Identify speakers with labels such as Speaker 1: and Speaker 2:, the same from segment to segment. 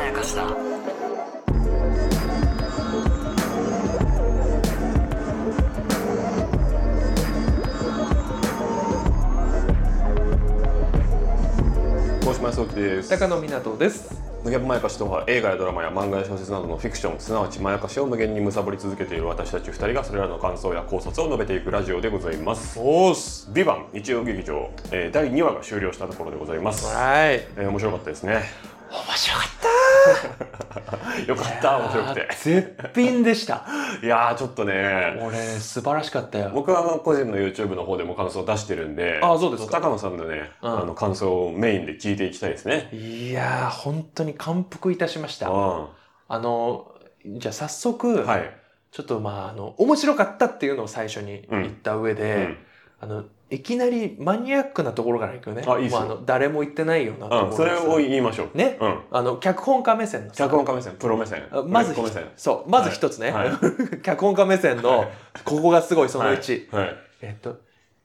Speaker 1: やかしだ
Speaker 2: 大島康之です
Speaker 3: 高野湊です
Speaker 2: 無限まやかしとは映画やドラマや漫画や小説などのフィクションすなわちまやかしを無限に貪り続けている私たち二人がそれらの感想や考察を述べていくラジオでございます
Speaker 3: おーす
Speaker 2: 「ビバン日曜劇場、えー第2話が終了したところでございます、
Speaker 3: はい
Speaker 2: えー面白かったですね
Speaker 3: 面白かっ
Speaker 2: よかった面白くて
Speaker 3: 絶品でした
Speaker 2: いやーちょっとね
Speaker 3: 俺素晴らしかったよ
Speaker 2: 僕はまあ個人の YouTube の方でも感想を出してるんで
Speaker 3: あそうですか
Speaker 2: 高野さんのね、
Speaker 3: うん
Speaker 2: あの感想をメインで聞いていきたいですね
Speaker 3: いやー本当に感服いたしまし
Speaker 2: う
Speaker 3: た
Speaker 2: ん
Speaker 3: あ
Speaker 2: は
Speaker 3: のじゃあ早速、
Speaker 2: い、
Speaker 3: ちょっとまああの面白かったっていうのを最初に言った上で、あのいきなりマニアックなところからいくよね
Speaker 2: あいいっすよ
Speaker 3: もうの誰も言ってないようなと
Speaker 2: う
Speaker 3: ころ
Speaker 2: ん、うん、それ
Speaker 3: です
Speaker 2: を言いましょう
Speaker 3: ね
Speaker 2: うん
Speaker 3: あの脚本家目線のさ
Speaker 2: 脚本家目線プロ目線
Speaker 3: あまず
Speaker 2: 売れっ子目線
Speaker 3: そうまず一つね、
Speaker 2: はい
Speaker 3: 脚本家目線のここがすごいその1、
Speaker 2: はいはい
Speaker 3: えっと、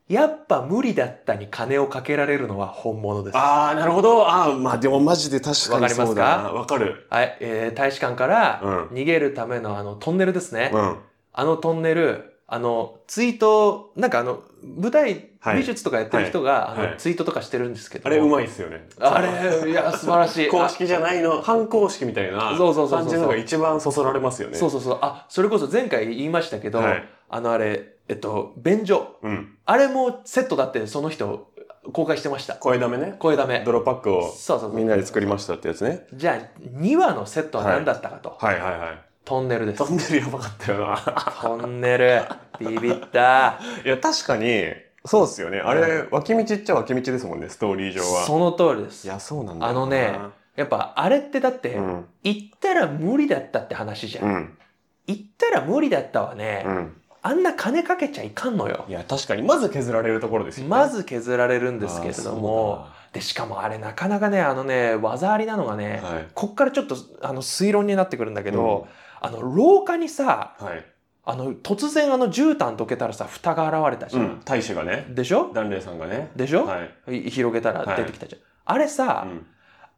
Speaker 3: やっぱ無理だったに金をかけられるのは本物です。は
Speaker 2: ああ、なるほど。ああ、まあでもマジで確かにそうだな。わかる。
Speaker 3: い、えー大使館から
Speaker 2: うん
Speaker 3: 逃げるためのあのトンネルですね。
Speaker 2: うん。
Speaker 3: あのトンネル、あの、ツイート、なんかあの、舞台、
Speaker 2: はい
Speaker 3: 美術とかやってる人が、
Speaker 2: はい
Speaker 3: あ
Speaker 2: は
Speaker 3: の
Speaker 2: い
Speaker 3: ツイートとかしてるんですけど。
Speaker 2: あれうまいっすよね。
Speaker 3: あれ、いや、素晴らし い。
Speaker 2: 公式じゃないの、反公式みたいな
Speaker 3: そうそうそうそう
Speaker 2: 感じのが一番そそられますよ
Speaker 3: あ
Speaker 2: ね。
Speaker 3: そうそうそう。あ、それこそ前回言いましたけど、
Speaker 2: はい
Speaker 3: あのあれ、えっと、便所。
Speaker 2: うん。
Speaker 3: あれもセットだってその人公開してました。
Speaker 2: 声だめね。
Speaker 3: 声だめ。
Speaker 2: 泥パックを
Speaker 3: そうそうそう。
Speaker 2: みんなで作りましたってやつね。
Speaker 3: じゃあ、2話のセットは何だったかと。
Speaker 2: はいはいはい。
Speaker 3: トンネルです。
Speaker 2: トンネルやばかったよな。
Speaker 3: トンネル。ビビった。
Speaker 2: いや、確かに、そうっすよね。あれ、脇道っちゃ脇道ですもんね、ストーリー上は。
Speaker 3: その通りで
Speaker 2: い
Speaker 3: す。
Speaker 2: や、そうなんだ
Speaker 3: あ
Speaker 2: よな
Speaker 3: のね、やっぱあれってだって、
Speaker 2: うん。
Speaker 3: 行ったら無理だったって話じゃ。
Speaker 2: うんん。
Speaker 3: 行ったら無理だったはね、
Speaker 2: うん。
Speaker 3: あんな金かけちゃいかんのよ
Speaker 2: い。や、確かに、まず削られるところですよね。
Speaker 3: まず削られるんですけれども、で、しかもあれなかなかね、あのね、技ありなのが
Speaker 2: あー、
Speaker 3: ね
Speaker 2: そう、なんだ
Speaker 3: こっからちょっとあの推論になってくるんだけ
Speaker 2: は
Speaker 3: ど、あの廊下にさ、
Speaker 2: い。はい。
Speaker 3: あの突然あの絨毯溶けたらさ、蓋が現れたじ
Speaker 2: う
Speaker 3: ゃ
Speaker 2: ん
Speaker 3: ん。、
Speaker 2: 大使がね、
Speaker 3: でしょ
Speaker 2: 檀れいさんがね、
Speaker 3: でしょ、
Speaker 2: はい、
Speaker 3: い広げたら出てきたじゃん。あれさ
Speaker 2: う、ん、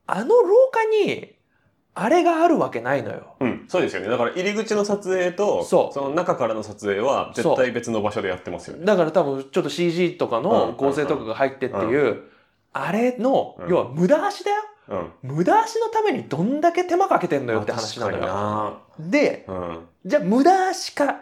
Speaker 3: あの廊下に、あれがあるわけないのよ。
Speaker 2: うん、そうですよね。だから入り口の撮影と、
Speaker 3: そう
Speaker 2: の中からの撮影は
Speaker 3: そう
Speaker 2: 絶対別の場所でやってますよね。
Speaker 3: だから多分ちょっと CG とか
Speaker 2: う
Speaker 3: の
Speaker 2: ん
Speaker 3: 合成とかが入ってっていうう、あれの
Speaker 2: うん、
Speaker 3: 要は無駄足だよ。
Speaker 2: うん。
Speaker 3: 無駄足のためにどんだけ手間かけてんのよって話なのよ。
Speaker 2: まあ
Speaker 3: で、
Speaker 2: 確かにな。
Speaker 3: じゃあ無駄足かっ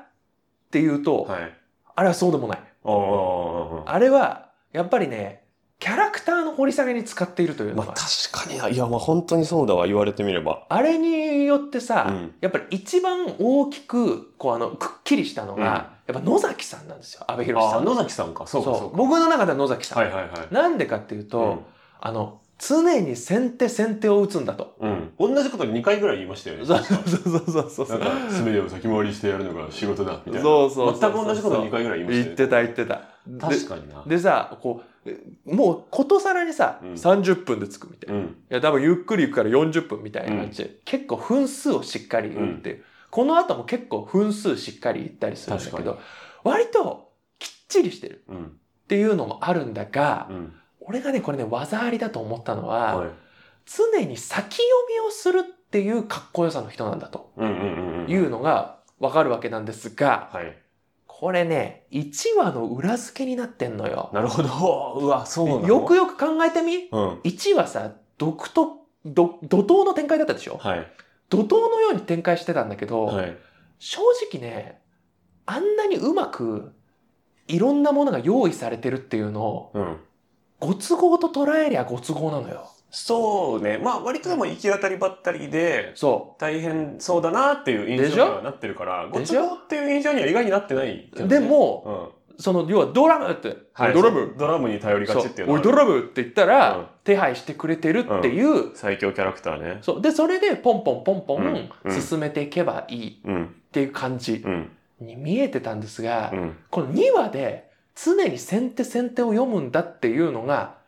Speaker 3: ていうと、
Speaker 2: うん。はい。
Speaker 3: あれはそうでもない。
Speaker 2: おーおーおーおー
Speaker 3: あれは、やっぱりね、キャラクターの掘り下げに使っているという
Speaker 2: ま
Speaker 3: の
Speaker 2: あ
Speaker 3: が、
Speaker 2: 確かにな。いや、まあ本当にそうだわ、言われてみれば。
Speaker 3: あれによってさ、
Speaker 2: うん
Speaker 3: やっぱり一番大きく、こうあの、くっきりしたのが、やっぱ野崎さんなんですよ。阿部寛
Speaker 2: あ
Speaker 3: さ
Speaker 2: ー、
Speaker 3: ん。
Speaker 2: 野崎さんか。そうか、
Speaker 3: そ
Speaker 2: そう
Speaker 3: う。
Speaker 2: か。
Speaker 3: 僕の中では野崎さん。
Speaker 2: はいはいはい。
Speaker 3: なんでかっていうと、あの、常に先手先手を打つんだと。
Speaker 2: うん。うん。同じこと2回ぐらい言いましたよね。
Speaker 3: そうそうそうそうそ
Speaker 2: なん
Speaker 3: う。
Speaker 2: か、すべてを先回りしてやるのが仕事だ、みたいな。
Speaker 3: そうそうそうそう
Speaker 2: 全く同じこと2回ぐらい言いました
Speaker 3: 言
Speaker 2: よ
Speaker 3: っ
Speaker 2: ね。
Speaker 3: てた言ってた。で
Speaker 2: 確かにな。
Speaker 3: でさ、こうえ、もうことさらにさ、
Speaker 2: うん
Speaker 3: 30分で着くみたいな。
Speaker 2: う
Speaker 3: い
Speaker 2: ん。
Speaker 3: や、多分ゆっくり行くから40分みたいな感じで、結構分数をしっかり言うっていう。この後も結構分数しっかり言ったりするんだけ
Speaker 2: 確
Speaker 3: ど、割ときっちりしてる
Speaker 2: うん。
Speaker 3: っていうのもあるんだが、
Speaker 2: うん。
Speaker 3: 俺がね、これね、技ありだと思ったのは、
Speaker 2: はい。
Speaker 3: 常に先読みをするっていうかっこよさの人なんだと
Speaker 2: うんうんうんうん。
Speaker 3: いうのがわかるわけなんですが、
Speaker 2: はい。
Speaker 3: これね、1話の裏付けになってんのよ。
Speaker 2: なるほど。うわ、そうなの
Speaker 3: よくよく考えてみ
Speaker 2: うん。
Speaker 3: ?1 話さ、独特、ど怒涛の展開だったでしょ
Speaker 2: はい。
Speaker 3: 怒涛のように展開してたんだけど、
Speaker 2: はい。
Speaker 3: 正直ね、あんなにうまくいろんなものが用意されてるっていうのを、
Speaker 2: うん。
Speaker 3: ご都合と捉えりゃご都合なのよ。
Speaker 2: そうね。まあ、割とでも行き当たりばったりで、
Speaker 3: そ
Speaker 2: 大変そうだなっていう印
Speaker 3: でし
Speaker 2: 象
Speaker 3: ょ
Speaker 2: にはなってるから、ご
Speaker 3: で
Speaker 2: 都
Speaker 3: しょ
Speaker 2: 合っていう印象には意外になってないけど
Speaker 3: う。
Speaker 2: ね。
Speaker 3: でも、
Speaker 2: うん、
Speaker 3: その、要はドラムって、
Speaker 2: はい
Speaker 3: ドラム
Speaker 2: ドラムに頼りがちっていうのは
Speaker 3: そう俺ドラムって言ったら、
Speaker 2: うん
Speaker 3: 手配してくれてるっていう、
Speaker 2: 最強キャラクターね。
Speaker 3: そうでそれでポンポンポンポ
Speaker 2: うんうん
Speaker 3: ン進めていけばいいっ
Speaker 2: うん、
Speaker 3: ていう感じ
Speaker 2: うん、
Speaker 3: に見えてたんですが、
Speaker 2: うん。
Speaker 3: この2話で常に先手先手を読むんだっていうのが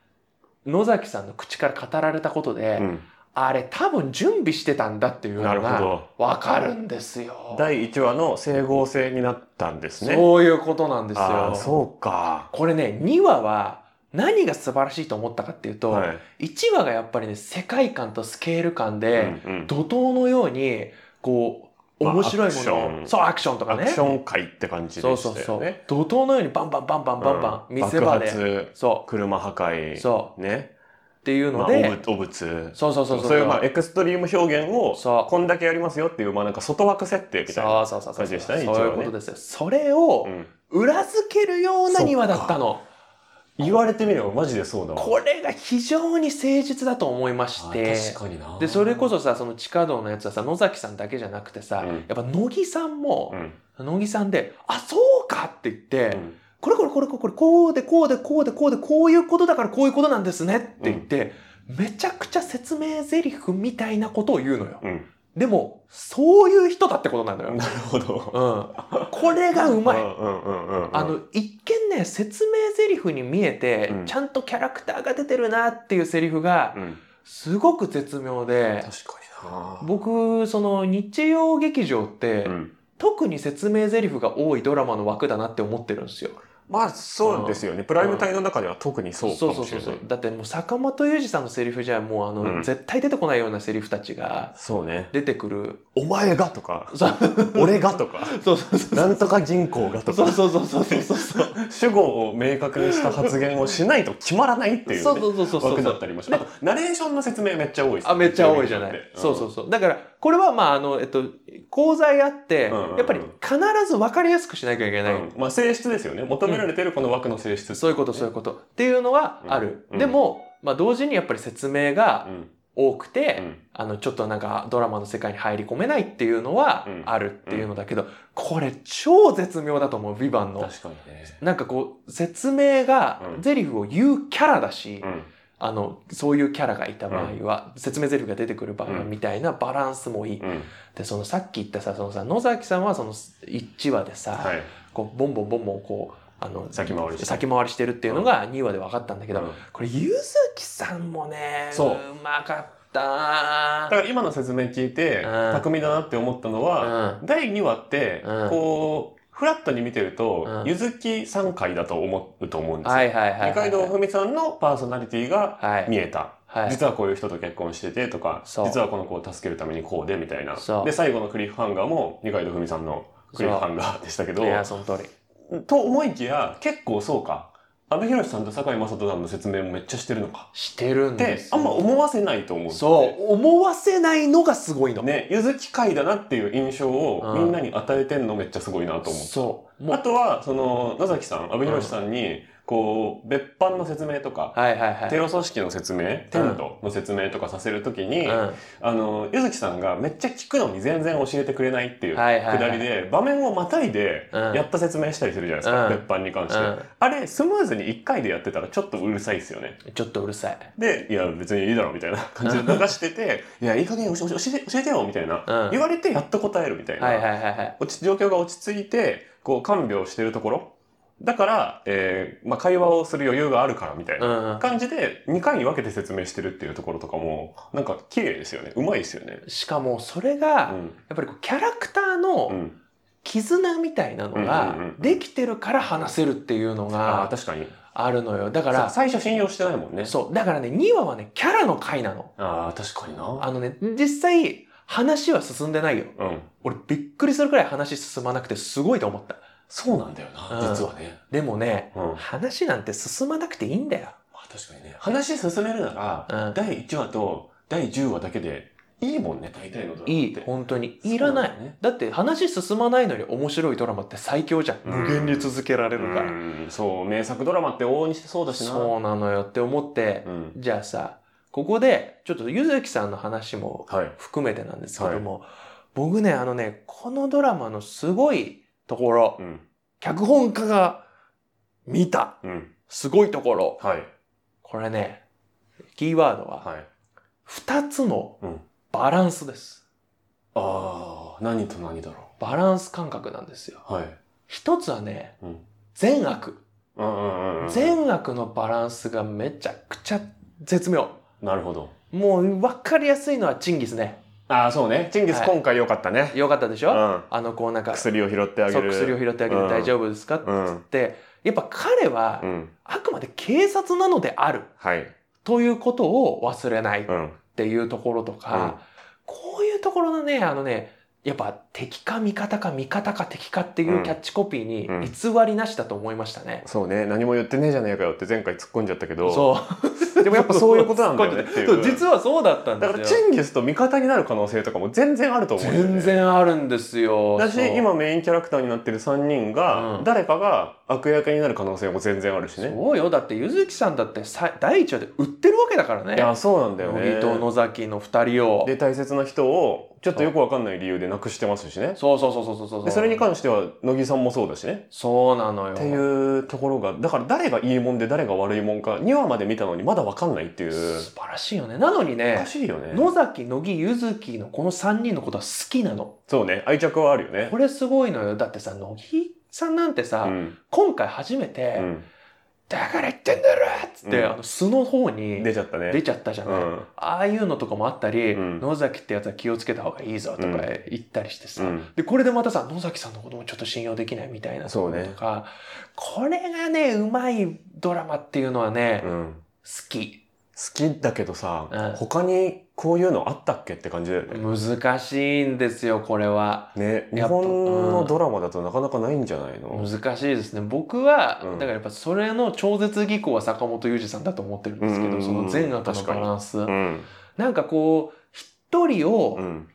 Speaker 3: 野崎さんの口から語られたことで、
Speaker 2: うん
Speaker 3: あれ多分準備してたんだっていうの
Speaker 2: なるほ
Speaker 3: が
Speaker 2: ど。
Speaker 3: わかるんですよ。
Speaker 2: 第1話の整合性になったんですね。う
Speaker 3: そういうことなんですよ。
Speaker 2: そうか。
Speaker 3: これね2話は何が素晴らしいと思ったかっていうと、
Speaker 2: はい
Speaker 3: 1話がやっぱりね、世界観とスケール感
Speaker 2: う
Speaker 3: で、
Speaker 2: んうん
Speaker 3: 怒涛のように、こう、
Speaker 2: まあ
Speaker 3: 面白いも
Speaker 2: アクシ
Speaker 3: の
Speaker 2: ョ
Speaker 3: を、
Speaker 2: ン
Speaker 3: そう、アクションとか
Speaker 2: ア
Speaker 3: ね。
Speaker 2: クション界って感じでした
Speaker 3: そ
Speaker 2: よ
Speaker 3: う
Speaker 2: ね。
Speaker 3: そうそう。怒涛のようにバンバンバンバンバンバ
Speaker 2: う
Speaker 3: ン、
Speaker 2: ん
Speaker 3: 見せ場で。
Speaker 2: 爆発
Speaker 3: そ
Speaker 2: 車破壊
Speaker 3: う。そう。
Speaker 2: ね、
Speaker 3: っていう
Speaker 2: ま
Speaker 3: の
Speaker 2: あ、
Speaker 3: で、
Speaker 2: 汚物汚物
Speaker 3: そうそうそう
Speaker 2: そういうまあエクストリーム表現を
Speaker 3: そう
Speaker 2: こんだけやりますよっていうまあなんか外枠設定みたいな、
Speaker 3: そうそうそ
Speaker 2: 感
Speaker 3: うそう
Speaker 2: じでしたね
Speaker 3: そういう
Speaker 2: 一応
Speaker 3: こ
Speaker 2: ね
Speaker 3: とですよそれを
Speaker 2: うん
Speaker 3: 裏付けるような庭だったの
Speaker 2: 言われてみればマジでそうだわ
Speaker 3: これが非常に誠実だと思いま
Speaker 2: あ
Speaker 3: して
Speaker 2: 確かにな
Speaker 3: でそれこそさその地下道のやつはさ野崎さんだけじゃなくてさ、
Speaker 2: うん
Speaker 3: やっぱ乃木さん
Speaker 2: う
Speaker 3: も、
Speaker 2: ん
Speaker 3: 乃木さんで「あそうか!」って言って、
Speaker 2: うん
Speaker 3: これこれこれこれこうでこうでこうでこうでこういうことだからこういうことなんですね」って言って、めちゃくちゃ説明台詞みたいなことを言うのよ。
Speaker 2: うん
Speaker 3: でもそういう人だってことなんだよ。
Speaker 2: なるほど
Speaker 3: うん、これがうまい。
Speaker 2: うんうんうんうんうん
Speaker 3: あの一見ね説明台詞に見えて、
Speaker 2: うん
Speaker 3: ちゃんとキャラクターが出てるなっていう台詞が
Speaker 2: うん
Speaker 3: すごく絶妙で
Speaker 2: 確かにな
Speaker 3: 僕その日曜劇場って、
Speaker 2: うん
Speaker 3: 特に説明台詞が多いドラマの枠だなって思ってるんですよ。
Speaker 2: まあそうですよねプライム帯の中では特にそうか
Speaker 3: そう
Speaker 2: も
Speaker 3: そう
Speaker 2: し
Speaker 3: そ
Speaker 2: れな
Speaker 3: うそう
Speaker 2: い
Speaker 3: だってもう坂本龍二さんの台詞じゃもうあの、
Speaker 2: うん
Speaker 3: 絶対出てこないような台詞たちが
Speaker 2: そうね
Speaker 3: 出てくる。
Speaker 2: お前がと か
Speaker 3: そう
Speaker 2: 俺がとか
Speaker 3: そうそうそう
Speaker 2: なんとか人口がと
Speaker 3: そ
Speaker 2: か
Speaker 3: うそうそうそうそうそうそう
Speaker 2: 主語を明確にした発言をしないと決まらないっていう、ね、
Speaker 3: そうそうそう
Speaker 2: 枠だったりもしあとナレーションの説明めっちゃ多いですね
Speaker 3: あめっちゃ多いじゃない、そうそうそうだからこれはまああのえっと講座やって、
Speaker 2: うんうんうん
Speaker 3: やっぱり必ず分かりやすくしなきゃいけない、
Speaker 2: うんまあ性質ですよね求められてるこの枠の性質、
Speaker 3: そういうことそういうことっていうのはある、
Speaker 2: うん
Speaker 3: でも、まあ、同時にやっぱり説明
Speaker 2: う
Speaker 3: が
Speaker 2: ん
Speaker 3: 多くて、
Speaker 2: うん
Speaker 3: あのちょっとなんかドラマの世界に入り込めないっていうのは
Speaker 2: うん
Speaker 3: あるっていうのだけど、これ超絶妙だと思う「ビバンの
Speaker 2: 確かにね、
Speaker 3: なんかこう説明が
Speaker 2: うん
Speaker 3: ゼリフを言うキャラだし、
Speaker 2: うん
Speaker 3: あのそういうキャラがいた場合は、説明ゼリフが出てくる場合はみたいなバランスもいい、
Speaker 2: うん
Speaker 3: でそのさっき言ったさそのさ野崎さんはその1話でさ、
Speaker 2: はい
Speaker 3: こうボンボンボンボンこうあの
Speaker 2: 先回りして
Speaker 3: 先回りしてるっていうのが2話で分かったんだけど、
Speaker 2: うん
Speaker 3: これ柚木さんもね
Speaker 2: そう
Speaker 3: まかった
Speaker 2: だから今の説明聞いて、
Speaker 3: うん
Speaker 2: 巧みだなって思ったのは、第2話って、
Speaker 3: うん
Speaker 2: こうフラットに見てると、
Speaker 3: うん
Speaker 2: ゆずき三回だと思うと思うんですよ、
Speaker 3: はいはいはいはい
Speaker 2: 二階堂ふみさんのパーソナリティが
Speaker 3: はい
Speaker 2: 見えた、
Speaker 3: はい
Speaker 2: 実はこういう人と結婚しててとか
Speaker 3: そう
Speaker 2: 実はこの子を助けるためにこうでみたいな
Speaker 3: そう
Speaker 2: で最後のクリフハンガーも二階堂ふみさんのクリフハンガー でしたけど
Speaker 3: いやその通り
Speaker 2: と思いきや結構そうか阿部寛さんと堺雅人さんの説明もめっちゃしてるのか
Speaker 3: してるん
Speaker 2: っ
Speaker 3: で
Speaker 2: て
Speaker 3: す
Speaker 2: あんま思わせないと思うんですよ
Speaker 3: そ
Speaker 2: ね
Speaker 3: う思わせないのがすごいの、
Speaker 2: ねゆずき会だなっていう印象を
Speaker 3: う
Speaker 2: み
Speaker 3: ん
Speaker 2: んなに与えてんのめっちゃすごいなと思う
Speaker 3: そうも
Speaker 2: あ
Speaker 3: う
Speaker 2: とはその野崎さん阿部寛さんにこう別班の説明とか
Speaker 3: はいはいはい
Speaker 2: テロ組織の説明テントの説明とかさせるときに、
Speaker 3: う
Speaker 2: あの、ゆずきさんがめっちゃ聞くのに全然教えてくれないっていうく
Speaker 3: はいはいはい
Speaker 2: だりで、場面をまたいで、
Speaker 3: うん
Speaker 2: やった説明したりするじゃないですか、
Speaker 3: うん
Speaker 2: 別班に関して。
Speaker 3: うん
Speaker 2: あれ、スムーズに1回でやってたらちょっとうるさいですよね。
Speaker 3: ん、ちょっとうるさい
Speaker 2: で、いや、別にいいだろ、みたいな感じで流してて、いや、いい加減教え教えて教えてよ、みたいな、
Speaker 3: うん
Speaker 2: 言われてやっと答えるみたいな、
Speaker 3: はいはいはいはい
Speaker 2: 落ち状況が落ち着いて、こう、看病してるところ。だから、えーまあ、会話をする余裕があるから、みたいな。
Speaker 3: うん
Speaker 2: 感じで2回に分けて説明してるっていうところとかもなんか綺麗ですよねうまいですよね。
Speaker 3: しかもそれが、
Speaker 2: うん
Speaker 3: やっぱりこうキャラクターの
Speaker 2: ん、
Speaker 3: 絆みたいなの
Speaker 2: うんうん
Speaker 3: が
Speaker 2: うん
Speaker 3: できてるから話せるっていうの
Speaker 2: ああ
Speaker 3: が
Speaker 2: 確かに
Speaker 3: あるのよだか
Speaker 2: さ
Speaker 3: ら
Speaker 2: 最初信用してないもんね
Speaker 3: そうだからね2話はねキャラの回なの
Speaker 2: ああ確かにな
Speaker 3: あのね実際話は進んでないよ
Speaker 2: うん
Speaker 3: 俺びっくりするくらい話進まなくてすごいと思った
Speaker 2: そうなんだよな、
Speaker 3: うん
Speaker 2: 実はね
Speaker 3: でもね
Speaker 2: うん、ま
Speaker 3: 話なんて進まなくていいんだよ
Speaker 2: あ、確かにね話進めるなら、
Speaker 3: うん
Speaker 2: 第1話と第10話だけでいいもんね大体のドラマって
Speaker 3: いい本当にいらない
Speaker 2: そうだ
Speaker 3: だ,、
Speaker 2: ね
Speaker 3: って話進まないのに面白いドラマって最強じゃん
Speaker 2: うん
Speaker 3: 無限に続けられるから、
Speaker 2: うんそう名作ドラマって往々にしてそうだしな
Speaker 3: そうなのよって思って、
Speaker 2: うん
Speaker 3: じゃあさここでちょっとゆずきさんの話も
Speaker 2: はい
Speaker 3: 含めてなんですけども、僕ねあのねこのドラマのすごいところ
Speaker 2: うん
Speaker 3: 脚本家が見た
Speaker 2: うん
Speaker 3: すごいところ
Speaker 2: はい
Speaker 3: これねキーワードは
Speaker 2: はい
Speaker 3: 2つの
Speaker 2: うん
Speaker 3: バランスです、
Speaker 2: ああ何と何だろ
Speaker 3: バランス感覚なんですよ
Speaker 2: うはい
Speaker 3: 一つはね、
Speaker 2: うん
Speaker 3: 善悪
Speaker 2: うんうんうんうん
Speaker 3: 善悪のバランスがめちゃくちゃ絶妙
Speaker 2: なるほど
Speaker 3: もう分かりやすいのはチンギスね
Speaker 2: ああそうねチンギス
Speaker 3: はい
Speaker 2: 今回良かったね、
Speaker 3: よかったでしょ、
Speaker 2: うん
Speaker 3: あのこうなんか
Speaker 2: 薬を拾ってあげ
Speaker 3: そう
Speaker 2: る
Speaker 3: 薬を拾ってあげ
Speaker 2: う
Speaker 3: る
Speaker 2: ん
Speaker 3: 大丈夫ですかって
Speaker 2: うん
Speaker 3: 言ってやっぱ彼は
Speaker 2: うん。
Speaker 3: あくまで警察なのである
Speaker 2: はい。
Speaker 3: ということを忘れないっ
Speaker 2: うん。
Speaker 3: ていうところと
Speaker 2: うん
Speaker 3: か、こういうところのね、あのね、やっぱ敵か味方か味方か敵かっていうキャッチコピーに
Speaker 2: うん
Speaker 3: 偽りなしだと思いましたね。
Speaker 2: そうね。何も言ってねえじゃねえかよって前回突っ込んじゃったけど。
Speaker 3: そう。
Speaker 2: でもやっぱそういうことなんだよねっていう
Speaker 3: そう実はそうだったん
Speaker 2: だから
Speaker 3: です
Speaker 2: チ
Speaker 3: よ。
Speaker 2: ンギスと味方になる可能性とかも全然あると思うんだよね
Speaker 3: 全然あるんですよ。
Speaker 2: だし
Speaker 3: そう
Speaker 2: 今メインキャラクターになってる3人が、
Speaker 3: うん
Speaker 2: 誰かが悪役になる可能性も全然あるしね
Speaker 3: そうよ。だって、ゆずきさんだってさ第一話で売ってるわけだからね。
Speaker 2: いやそうなんだよ
Speaker 3: 乃木と
Speaker 2: ね
Speaker 3: 野崎の二人を。
Speaker 2: で大切な人をちょっとよくわかんない理由でなくしてますしね
Speaker 3: そうそうそうそうそうそう。
Speaker 2: でそれに関しては乃木さんもそうだしね
Speaker 3: そうなのよ。
Speaker 2: っていうところがだから誰がいいもんで誰が悪いもんか2話まで見たのにまだわかんないっていう
Speaker 3: 素晴らしいよね。なのに
Speaker 2: おか
Speaker 3: ね、
Speaker 2: しいよね
Speaker 3: 野崎、乃木、ゆずきのこの三人のことは好きなの。
Speaker 2: そうね愛着はあるよね
Speaker 3: これすごいのよ。だってさ、乃木さんなんてさ、
Speaker 2: うん
Speaker 3: 今回初めて、
Speaker 2: うん
Speaker 3: だから言ってんだろっつって、
Speaker 2: うん
Speaker 3: あの素の方に
Speaker 2: 出ちゃったね
Speaker 3: 出ちゃったじゃない。
Speaker 2: うん
Speaker 3: ああいうのとかもあったり、
Speaker 2: うん
Speaker 3: 野崎ってやつは気をつけた方がいいぞと
Speaker 2: うん
Speaker 3: か言ったりしてさ、
Speaker 2: うん
Speaker 3: でこれでまたさ野崎さんのこともちょっと信用できないみたいなと
Speaker 2: そう
Speaker 3: こ
Speaker 2: ね
Speaker 3: ろとか、これがねうまいドラマっていうのはね、
Speaker 2: う
Speaker 3: 好
Speaker 2: ん
Speaker 3: き
Speaker 2: 好きだけどさ、
Speaker 3: うん
Speaker 2: 他にこういうのあったっけって感じだよね。
Speaker 3: 難しいんですよこれは
Speaker 2: ね、日
Speaker 3: やっぱ
Speaker 2: 本
Speaker 3: う
Speaker 2: の
Speaker 3: ん
Speaker 2: ドラマだとなかなかないんじゃないの、
Speaker 3: 難しいですね僕は、
Speaker 2: うん
Speaker 3: だからやっぱそれの超絶技巧は坂本裕二さんだと思ってるんですけど、
Speaker 2: うんうんうん
Speaker 3: その善悪のバランス、
Speaker 2: うん、
Speaker 3: なんかこう一人
Speaker 2: う
Speaker 3: を、
Speaker 2: ん、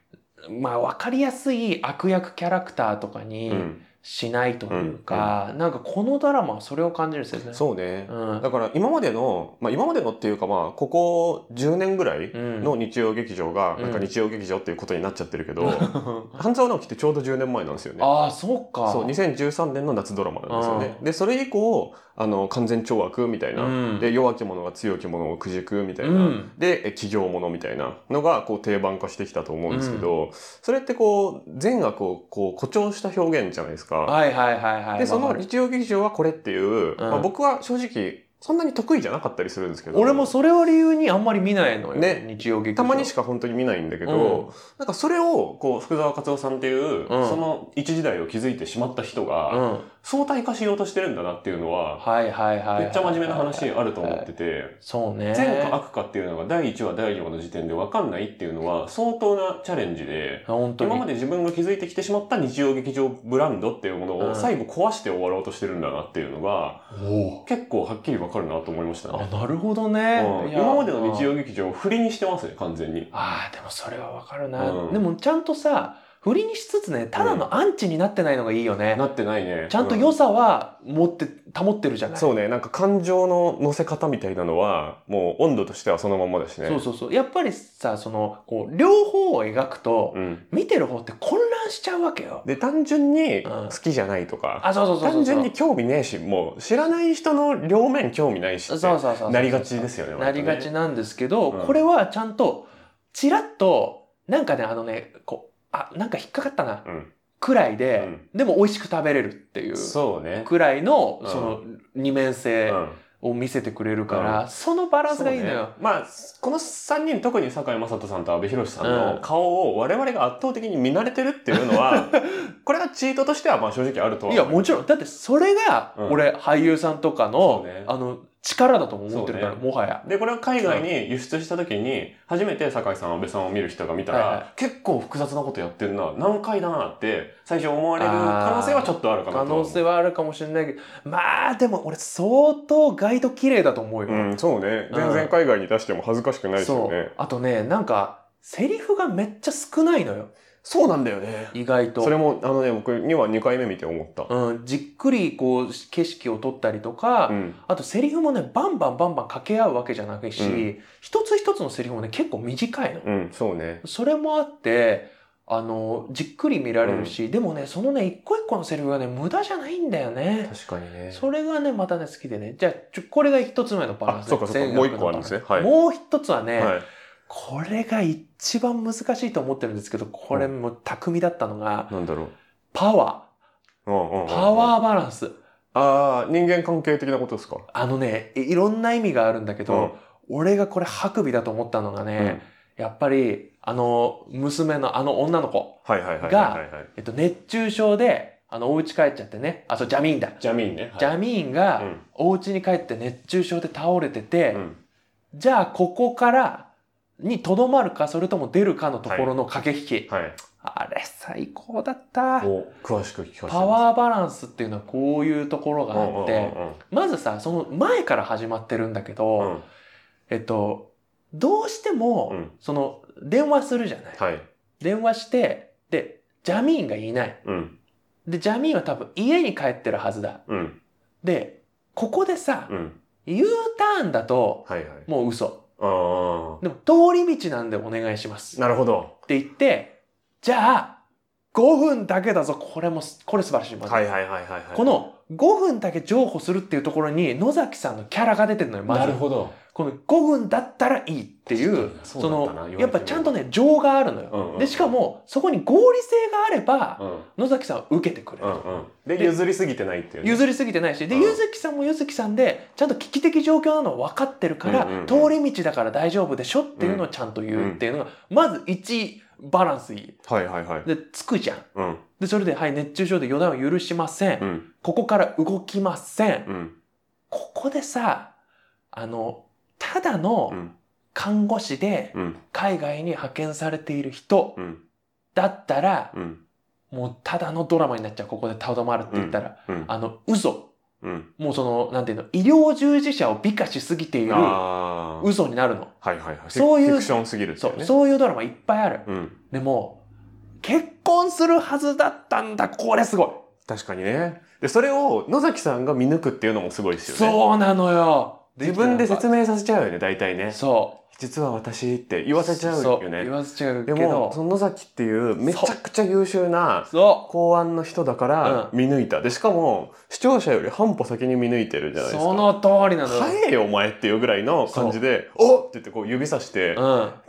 Speaker 3: まあ分かりやすい悪役キャラクターとかに、
Speaker 2: うん、
Speaker 3: しないというか、なんかこのドラマはそれを感じるんですよね。
Speaker 2: そうね。
Speaker 3: うん。
Speaker 2: だから今までの、まあ今までのっていうかまあここ10年ぐらい
Speaker 3: うん
Speaker 2: の日曜劇場が、
Speaker 3: うん
Speaker 2: なんか日曜劇場っていうことになっちゃってるけど、
Speaker 3: あ
Speaker 2: 半沢直樹ってちょうど10年前なんですよね。
Speaker 3: あ、そうか。
Speaker 2: そう、2013年の夏ドラマなんですよね。
Speaker 3: う
Speaker 2: で、それ以降、あの、完全懲悪みたいな、
Speaker 3: うん
Speaker 2: で、弱き者が強き者をくじくみたいな、
Speaker 3: うん
Speaker 2: で、え企業者みたいなのが、こう、定番化してきたと思うんですけど、それってこう、善悪をこう、誇張した表現じゃないですか。
Speaker 3: はいはいはいはい。
Speaker 2: で、そ
Speaker 3: わ
Speaker 2: の
Speaker 3: かる
Speaker 2: 日曜劇場はこれっていう、まあ、
Speaker 3: うん
Speaker 2: 僕は正直、そんなに得意じゃなかったりするんですけど。
Speaker 3: 俺もそれを理由にあんまり見ないのよ。
Speaker 2: ね
Speaker 3: 日曜劇場。
Speaker 2: たまにしか本当に見ないんだけど、なんかそれを、こう、福沢克夫さんっていう、
Speaker 3: うん
Speaker 2: その一時代を築いてしまった人が、
Speaker 3: うん。はい
Speaker 2: 相対化しようとしてるんだなっていうのは、
Speaker 3: はいはいはい。
Speaker 2: めっちゃ真面目な話。あると思ってて、
Speaker 3: そうね。
Speaker 2: 善か悪かっていうのが第1話、第2話の時点で分かんないっていうのは相当なチャレンジで、
Speaker 3: 本当
Speaker 2: 今
Speaker 3: に
Speaker 2: ま。で自分が築いてきてしまった日曜劇場ブランドっていうもの
Speaker 3: う
Speaker 2: を
Speaker 3: ん
Speaker 2: 最後壊して終わろうとしてるんだなっていうのが、
Speaker 3: お
Speaker 2: 結構はっきり分かるなと思いました
Speaker 3: お。あ、
Speaker 2: ね。
Speaker 3: なるほど
Speaker 2: う
Speaker 3: ね。
Speaker 2: ん
Speaker 3: いや
Speaker 2: 今までの日。曜劇場を振りにしてますね、完全に。
Speaker 3: ああ、でもそれはわかるな
Speaker 2: う。ん
Speaker 3: でもちゃんとさ、振りにしつつね、ただのアンチになってないのがいいよね。
Speaker 2: なってないね。
Speaker 3: ちゃんと
Speaker 2: う
Speaker 3: 良さは持って、保ってるじゃない。
Speaker 2: そうね、なんか感情の乗せ方みたいなのは、もう温度としてはそのまんまだしね。
Speaker 3: そうそうそう。やっぱりさ、その、こう、両方を描くと、
Speaker 2: うん。
Speaker 3: 見てる方って混乱しちゃうわけよ。
Speaker 2: で、単純に
Speaker 3: う
Speaker 2: 好
Speaker 3: ん
Speaker 2: きじゃないとか、
Speaker 3: あ、そうそうそうそう。
Speaker 2: 単純に興味ねえしもう知らない人の両面興味ないし
Speaker 3: そう
Speaker 2: っ
Speaker 3: そう
Speaker 2: て
Speaker 3: そうそう。
Speaker 2: なりがちですよね
Speaker 3: なりがち
Speaker 2: 割
Speaker 3: なんですけど、
Speaker 2: うん
Speaker 3: これはちゃんと、ちらっと、なんかね、あのね、こう、あ、なんか引っかかったな
Speaker 2: と、ね
Speaker 3: くらいで、
Speaker 2: うん
Speaker 3: でも美味しく食べれるっていう
Speaker 2: うん、そうね、
Speaker 3: くらいの
Speaker 2: う、ん
Speaker 3: その、二面性
Speaker 2: うん
Speaker 3: を見せてくれるから、そのバランスがいいの
Speaker 2: そう
Speaker 3: よ
Speaker 2: ね。まあこの3人特に堺雅人さんと阿部寛さん
Speaker 3: う
Speaker 2: の
Speaker 3: ん
Speaker 2: 顔を我々が圧倒的に見慣れてるっていうの はこれはチートとしてはまあ正直あるとはい
Speaker 3: や、もちろん。だって、それが、
Speaker 2: うん
Speaker 3: 俺、俳優さんとかの、
Speaker 2: そうね
Speaker 3: あの、力だとも思ってるから、
Speaker 2: そう
Speaker 3: もはや。
Speaker 2: でこれは海外に輸出した時に初めて堺さん阿部さんを見る人が見たら、
Speaker 3: はいは
Speaker 2: 結構複雑なことやってるな難解だなって最初思われる可能性はちょっとあるかなと
Speaker 3: 可
Speaker 2: は思う
Speaker 3: 能性はあるかもしれないけど、まあ、でも俺、相当ガイド綺麗だと思うよ。
Speaker 2: うん、そうね。
Speaker 3: うん
Speaker 2: 全然海外に出しても恥ずかしくないですよ
Speaker 3: そ
Speaker 2: ね
Speaker 3: う。。あとね、なんか、セリフがめっちゃ少ないのよ。
Speaker 2: そうなんだよね。
Speaker 3: 意外と。
Speaker 2: それも、あのね、僕には2回目見て思った。
Speaker 3: うん、じっくり、こう、景色を撮ったりとか、
Speaker 2: うん。
Speaker 3: あとセリフもね、バンバンバンバン掛け合うわけじゃないし、
Speaker 2: うん
Speaker 3: 一つ一つのセリフもね、結構短いの。
Speaker 2: うん、そうね。
Speaker 3: それもあって、あの、じっくり見られるし、でもね、そのね、一個一個のセリフがね、無駄じゃないんだよね。
Speaker 2: 確かにね
Speaker 3: それがね、またね、好きでね。じゃあ、ちょこれが一つ目のバラン
Speaker 2: あ、
Speaker 3: ス
Speaker 2: そうか、そうか。もう1個あるんですね。はい。
Speaker 3: もう一つはね、
Speaker 2: はい。
Speaker 3: これが一番難しいと思ってるんですけど、これも巧みだったのが、
Speaker 2: なんだろう。
Speaker 3: パワ
Speaker 2: うんうんうんう
Speaker 3: ー。
Speaker 2: ん
Speaker 3: パワーバランス。
Speaker 2: ああ、人間関係的なことですか。
Speaker 3: あのね、いいろんな意味があるんだけど、俺がこれ、ハクビだと思ったのが
Speaker 2: う
Speaker 3: ね、
Speaker 2: ん。
Speaker 3: やっぱり、あの、娘のあの女の子、
Speaker 2: はいはいはいはいはいはい。
Speaker 3: えっと、熱中症であの、お家帰っちゃってね、あ、そう、ジャミーンだ。
Speaker 2: ジャミーンね。はい
Speaker 3: ジャミーン
Speaker 2: う
Speaker 3: が
Speaker 2: ん、
Speaker 3: お家に帰って熱中症で倒れてて、
Speaker 2: うん
Speaker 3: じゃあここから、にとどまるか、それとも出るかのところの駆け引き。
Speaker 2: はい。
Speaker 3: あれ、最高だった。
Speaker 2: お詳しく聞かせて
Speaker 3: パワーバランスっていうのはこういうところがあって、まずさ、その前から始まってるんだけど、
Speaker 2: うんうんうん
Speaker 3: えっと、どうしても、
Speaker 2: うんうん
Speaker 3: その、電話するじゃない。
Speaker 2: はい。
Speaker 3: 電話して、で、ジャミーンがいない。
Speaker 2: うん
Speaker 3: で、ジャミーンは多分家に帰ってるはずだ。
Speaker 2: うん
Speaker 3: で、ここでさ、
Speaker 2: うん。
Speaker 3: U ターンだと、
Speaker 2: はいはい。
Speaker 3: もう嘘。
Speaker 2: あ
Speaker 3: でも、通り道なんでお願いします。
Speaker 2: あ。なるほど。
Speaker 3: って言って、じゃあ、5分だけだぞ。これもす、これ素晴らしい。まず
Speaker 2: はいはいはいはいはい。
Speaker 3: この5分だけ譲歩するっていうところに野崎さんのキャラが出てるのよ、まず。
Speaker 2: なるほど。
Speaker 3: この5分だったらいいっていう、
Speaker 2: 確かに
Speaker 3: そ
Speaker 2: そうだったな言わ
Speaker 3: の、
Speaker 2: れてみれば
Speaker 3: やっぱちゃんとね、情があるの
Speaker 2: う
Speaker 3: よ。
Speaker 2: んうん
Speaker 3: で、しかも、そこに合理性があれば、
Speaker 2: うん
Speaker 3: 野崎さんは受けてくれ
Speaker 2: う
Speaker 3: る。
Speaker 2: んうん。で、
Speaker 3: で
Speaker 2: 譲りすぎてないっていうね。
Speaker 3: 譲りすぎてないし、で、
Speaker 2: うん
Speaker 3: ゆずきさんもゆずきさんで、ちゃんと危機的状況なのは分かってるから、
Speaker 2: うんうんうん
Speaker 3: 通り道だから大丈夫でしょっていうのをちゃんと言うっていうのが、まず1、バランスいい。
Speaker 2: はいはいはい。
Speaker 3: で、つくじゃん。
Speaker 2: うん
Speaker 3: で、それで、はい、熱中症で予断を許しません。
Speaker 2: うん
Speaker 3: ここから動きません。
Speaker 2: うん
Speaker 3: ここでさ、あの、ただ
Speaker 2: う
Speaker 3: の
Speaker 2: ん
Speaker 3: 看護師で
Speaker 2: うん
Speaker 3: 海外に派遣されている人
Speaker 2: うん
Speaker 3: だったら、
Speaker 2: うん
Speaker 3: もうただのドラマになっちゃう。ここでたどまるって言ったら、
Speaker 2: うん
Speaker 3: あの、嘘。
Speaker 2: うん。
Speaker 3: もうその、なんていうの、医療従事者を美化しすぎている
Speaker 2: ああ。
Speaker 3: 嘘になるの。
Speaker 2: はいはいはい。
Speaker 3: そういう
Speaker 2: フィクションすぎるって
Speaker 3: そ、
Speaker 2: いうね。
Speaker 3: そういうドラマいっぱいある。
Speaker 2: うん。
Speaker 3: でも、結婚するはずだったんだ。これすごい。
Speaker 2: 確かにね。で、それを野崎さんが見抜くっていうのもすごいですよね。
Speaker 3: そうなのよ。
Speaker 2: 自分で説
Speaker 3: 明。
Speaker 2: 明させちゃうよね、大体ね。
Speaker 3: そう。
Speaker 2: 実は私って言わせちゃうよ
Speaker 3: そ言
Speaker 2: ね。
Speaker 3: わせちゃうけ
Speaker 2: で
Speaker 3: ど。
Speaker 2: も、その野崎っていうめちゃくちゃ優秀な
Speaker 3: そ
Speaker 2: 公安の人だから
Speaker 3: う
Speaker 2: 見抜いた。で、しかも、視聴者より半歩先に見抜いてるじゃ
Speaker 3: う。
Speaker 2: ないです
Speaker 3: そ
Speaker 2: か。
Speaker 3: の通りなのよ。
Speaker 2: 帰えよ、お前っていうぐらいの感じで、おっって言ってこう指さして、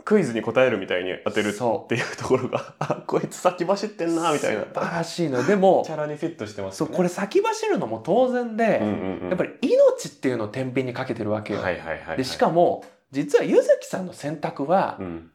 Speaker 2: クイズに答えるみたいに当てるっ
Speaker 3: そ
Speaker 2: ていうところが、あ、こいつ先走ってん
Speaker 3: うん。
Speaker 2: な、みたいな。
Speaker 3: 素晴らしいの。でも
Speaker 2: チ、ャラにフィットしてます
Speaker 3: そ
Speaker 2: よ
Speaker 3: う、
Speaker 2: ね。
Speaker 3: これ先走るのも当然で、
Speaker 2: うんうんうん、
Speaker 3: やっぱり命っていうのを天秤にかけてるわけよ。
Speaker 2: はいはいはいはい。
Speaker 3: で、しかも、実はゆずきさんの選択は、
Speaker 2: うん、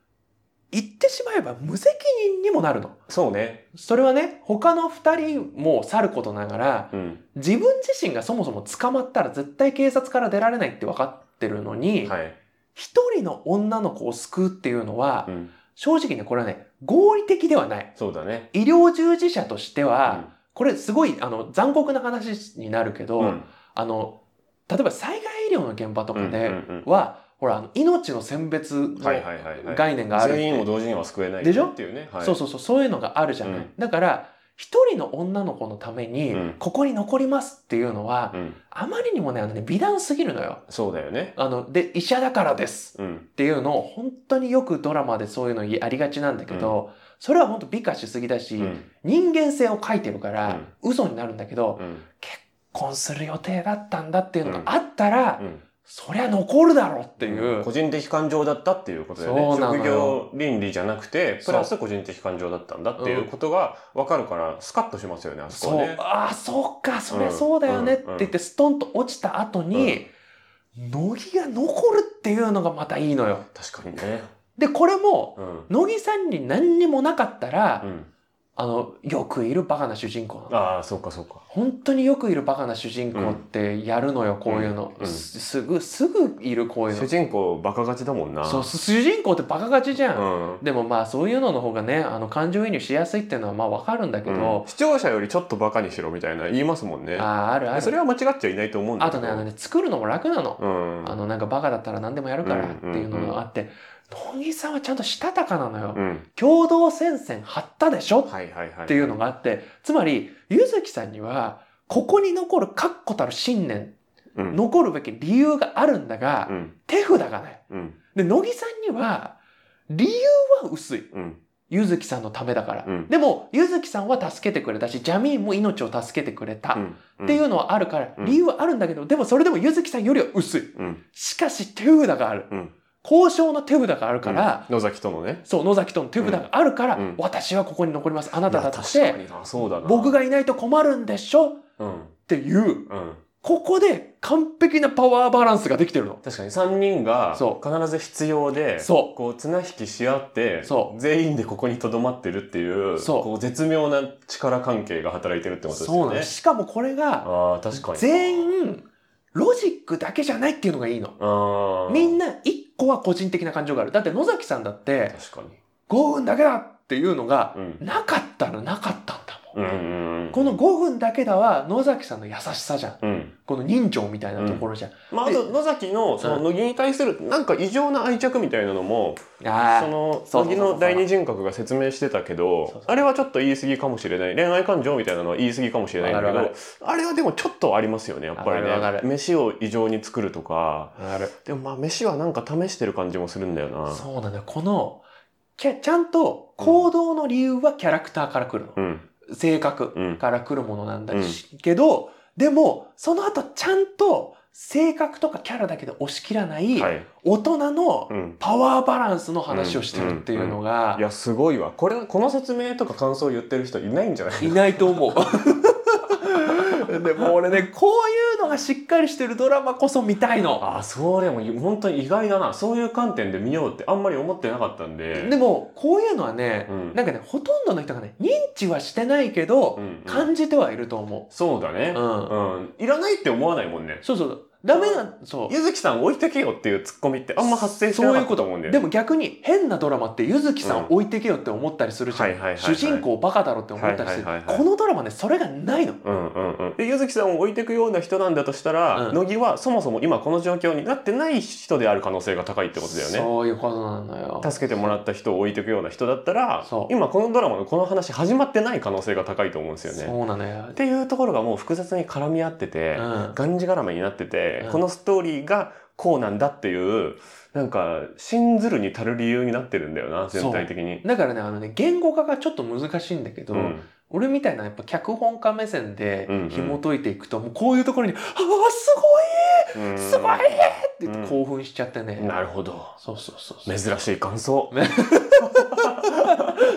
Speaker 3: 言ってしまえば無責任にもなるの。
Speaker 2: そうね。
Speaker 3: それはね、他の二人もさることながら、
Speaker 2: うん。
Speaker 3: 自分自身がそもそも捕まったら絶対警察から出られないって分かってるのに、
Speaker 2: はい。
Speaker 3: 一、人の女の子を救うっていうのは、
Speaker 2: うん。
Speaker 3: 正直ね、これはね、合理的ではない。
Speaker 2: そうだね。
Speaker 3: 医療従事者としては、
Speaker 2: うん
Speaker 3: これすごい、あの、残酷な話になるけど、
Speaker 2: うん
Speaker 3: あの、例えば災害医療の現場とか
Speaker 2: うん
Speaker 3: で
Speaker 2: うんうん
Speaker 3: は、ほら、あの命の選別の
Speaker 2: はいはいはいはい
Speaker 3: 概念があるって
Speaker 2: 全員を同時には救えない
Speaker 3: でしょ
Speaker 2: っていうね。はい、
Speaker 3: そうそうそう、そういうのがあるじゃない。
Speaker 2: うん
Speaker 3: だから、一人の女の子のために
Speaker 2: うん、
Speaker 3: ここに残りますっていうのは、
Speaker 2: うん。
Speaker 3: あまりにもね、あのね、美談すぎるのよ。
Speaker 2: そうだよね。
Speaker 3: あの、で、医者だからです。
Speaker 2: うん。
Speaker 3: っていうのを本当によくドラマでそういうのやりがちなんだけど、それは本当美化しすぎだし、
Speaker 2: うん。
Speaker 3: 人間性を書いてるから、嘘になるんだけど、
Speaker 2: うん。
Speaker 3: 結婚する予定だったんだっていうの
Speaker 2: う
Speaker 3: が
Speaker 2: ん
Speaker 3: あったら、
Speaker 2: うん。
Speaker 3: そりゃ残るだろうっていう、
Speaker 2: 個人的感情だったっていうことだよね
Speaker 3: そうなの
Speaker 2: 職
Speaker 3: よ
Speaker 2: 業倫理じゃなくてプラス個人的感情だったんだっていうことが分かるからスカッとしますよねあそこ
Speaker 3: そう、
Speaker 2: はね
Speaker 3: ああ、そうか、そりゃそうだよねって言って、ストンと落ちた後に、乃木が残るっていうのがまたいいのよ。
Speaker 2: 確かにね
Speaker 3: で、これも、
Speaker 2: うん、
Speaker 3: 乃木さんに何にもなかったら、
Speaker 2: うん、
Speaker 3: あの、よくいるバカな主人公なの。
Speaker 2: ああそうかそうか
Speaker 3: 本当によくいるバカな主人公ってやるのよ、こういうの、
Speaker 2: うん
Speaker 3: す。すぐ、すぐいるこういう
Speaker 2: 主
Speaker 3: の。
Speaker 2: 人公バカ勝ちだもんな
Speaker 3: そう、す主人公ってバカ勝ちじゃん。
Speaker 2: うん
Speaker 3: でもまあそういうのの方がね、あの感情移入しやすいっていうのはまあわかるんだけ
Speaker 2: うん
Speaker 3: ど、
Speaker 2: 視聴者よりちょっとバカにしろみたいな言いますもんね
Speaker 3: ああ、あるあ
Speaker 2: で
Speaker 3: る。
Speaker 2: それは間違っちゃいないと思うんだ
Speaker 3: あ
Speaker 2: け
Speaker 3: と
Speaker 2: ど
Speaker 3: ね、あのね、作るのも楽なの。
Speaker 2: うん
Speaker 3: あの、なんかバカだったら何でもやるからっていうのがあって、乃木さんはちゃんとしたたかなのよ。
Speaker 2: うん
Speaker 3: 共同戦線張ったでしょ
Speaker 2: はいはいはい
Speaker 3: っていうのがあって、つまり、ゆずきさんには、ここに残る確固たる信念、
Speaker 2: うん
Speaker 3: 残るべき理由があるんだが
Speaker 2: う、ん
Speaker 3: 手札がない。
Speaker 2: うん
Speaker 3: で、乃木さんには、理由は薄い。
Speaker 2: うん
Speaker 3: ゆずきさんのためだから。
Speaker 2: うん
Speaker 3: でも、ゆずきさんは助けてくれたし、ジャミーンも命を助けてくれた。
Speaker 2: うん
Speaker 3: っていうのはあるから、
Speaker 2: うん
Speaker 3: 理由はあるんだけど、でもそれでもゆずきさんよりは薄い。
Speaker 2: うん
Speaker 3: しかし手札がある。
Speaker 2: うん
Speaker 3: 交渉の手札があるから、
Speaker 2: うん野崎とのね
Speaker 3: そう、野崎との手札があるから、
Speaker 2: うん
Speaker 3: 私はここに残ります。あなただとし
Speaker 2: 確か
Speaker 3: て、
Speaker 2: になそうだな
Speaker 3: 僕がいないと困るんでしょっ
Speaker 2: うん
Speaker 3: ていう、
Speaker 2: うん
Speaker 3: ここで完璧なパワーバランスができてるの。
Speaker 2: 確かに3人が
Speaker 3: そ
Speaker 2: 必ず必要で
Speaker 3: そ
Speaker 2: こう綱引きし合って
Speaker 3: そ
Speaker 2: 全員でここにとどまってるっていう
Speaker 3: そう
Speaker 2: こう絶妙な力関係が働いてるってことです
Speaker 3: そう
Speaker 2: よ
Speaker 3: な
Speaker 2: ね
Speaker 3: の。。しかもこれが、
Speaker 2: ああ確かに。
Speaker 3: 全員、ロジックだけじゃないっていうのがいいの。
Speaker 2: あー
Speaker 3: みんな一個は個人的な感情がある。だって野崎さんだって、
Speaker 2: 確かに。
Speaker 3: 5分だけだっていうのが、
Speaker 2: うん
Speaker 3: なかったらなかったんだも
Speaker 2: う
Speaker 3: ん。
Speaker 2: ん
Speaker 3: この5分だけだは野崎さんの優しさじゃん。
Speaker 2: うん、
Speaker 3: この人情みたいなところじゃん。
Speaker 2: まあ、あと野崎のその
Speaker 3: うん
Speaker 2: 乃木に対するなんか異常な愛着みたいなのも、
Speaker 3: あ
Speaker 2: そ
Speaker 3: ー
Speaker 2: の
Speaker 3: そうそう
Speaker 2: 乃
Speaker 3: そう
Speaker 2: 木の第二人格が説明してたけど
Speaker 3: そうそう
Speaker 2: あれはちょっと言い過ぎかもしれない恋愛感情みたいなのは言い過ぎかもしれないんだけ
Speaker 3: わかる
Speaker 2: ど
Speaker 3: わ
Speaker 2: あれはでもちょっとありますよねやっぱりね
Speaker 3: わかるわかる
Speaker 2: 飯を異常に作るとか
Speaker 3: ある
Speaker 2: でもまあ飯はなんか試してる感じもするんだよな
Speaker 3: そうなんだよ。この、ちゃちゃんと行動の理由はキャラクターから来るの。
Speaker 2: うん
Speaker 3: 性格
Speaker 2: うん
Speaker 3: から来るものなんだし、けど、でも、その後ちゃんと性格とかキャラだけで押し切らない
Speaker 2: はい、
Speaker 3: 大人の
Speaker 2: うん、
Speaker 3: パワーバランスの話をしてるっていうのが
Speaker 2: い、やすごいわこれこの説明とか感想言ってる人いないんじゃない
Speaker 3: いないと 思う。でも俺ね、こういうのがしっかりしてるドラマこそ見たいの。
Speaker 2: あそれも本当に意外だなそういう観点で見ようってあんまり思ってなかったんで
Speaker 3: でも、こういうのはね、
Speaker 2: うん
Speaker 3: なんかね、ほとんどの人がね、認知はしてないけど
Speaker 2: う、んうん、
Speaker 3: 感じてはいると思
Speaker 2: そうだね
Speaker 3: う。う、ん。
Speaker 2: うん、いらないって思わないもんね
Speaker 3: そうそう。ダメな、そう。
Speaker 2: ゆずきさん置いてけよっていうツッコミってあんま発生してなかったと思うんだよ
Speaker 3: で
Speaker 2: も
Speaker 3: も逆に変なドラマって柚木さ
Speaker 2: うん
Speaker 3: ん置いてけよって思ったりするじゃ
Speaker 2: はいはいはいは
Speaker 3: ん。
Speaker 2: い
Speaker 3: 主人公バカだろって思ったりする。
Speaker 2: はいはいはいはい
Speaker 3: このドラマね、それがないの。
Speaker 2: うんうんうん、で柚木さんを置いていくような人なんだとしたら、
Speaker 3: うん
Speaker 2: 乃木はそもそも今この状況になってない人である可能性が高いってことだよね
Speaker 3: そういうことなのよ。
Speaker 2: 助けてもらった人を置いていくような人だったら
Speaker 3: そう
Speaker 2: 今このドラマのこの話始まってない可能性が高いと思うんですよね
Speaker 3: そうなのよ
Speaker 2: っ。ていうところがもう複雑に絡み合ってて、
Speaker 3: うん
Speaker 2: がんじがらめになってて、
Speaker 3: うん
Speaker 2: このストーリーがこうなんだっていうなんか信ずるに足る理由になってるんだよな全体的に。
Speaker 3: だからね、あのね、言語化がちょっと難しいんだけど、
Speaker 2: うん
Speaker 3: 俺みたいなやっぱ脚本家目線で
Speaker 2: うんうん
Speaker 3: 紐解いていくと、もうこういうところに、ああ、すごいすごいって言っ
Speaker 2: うん
Speaker 3: て興奮しちゃってね。
Speaker 2: なるほど
Speaker 3: そうそうそうそう。
Speaker 2: 珍しい感想。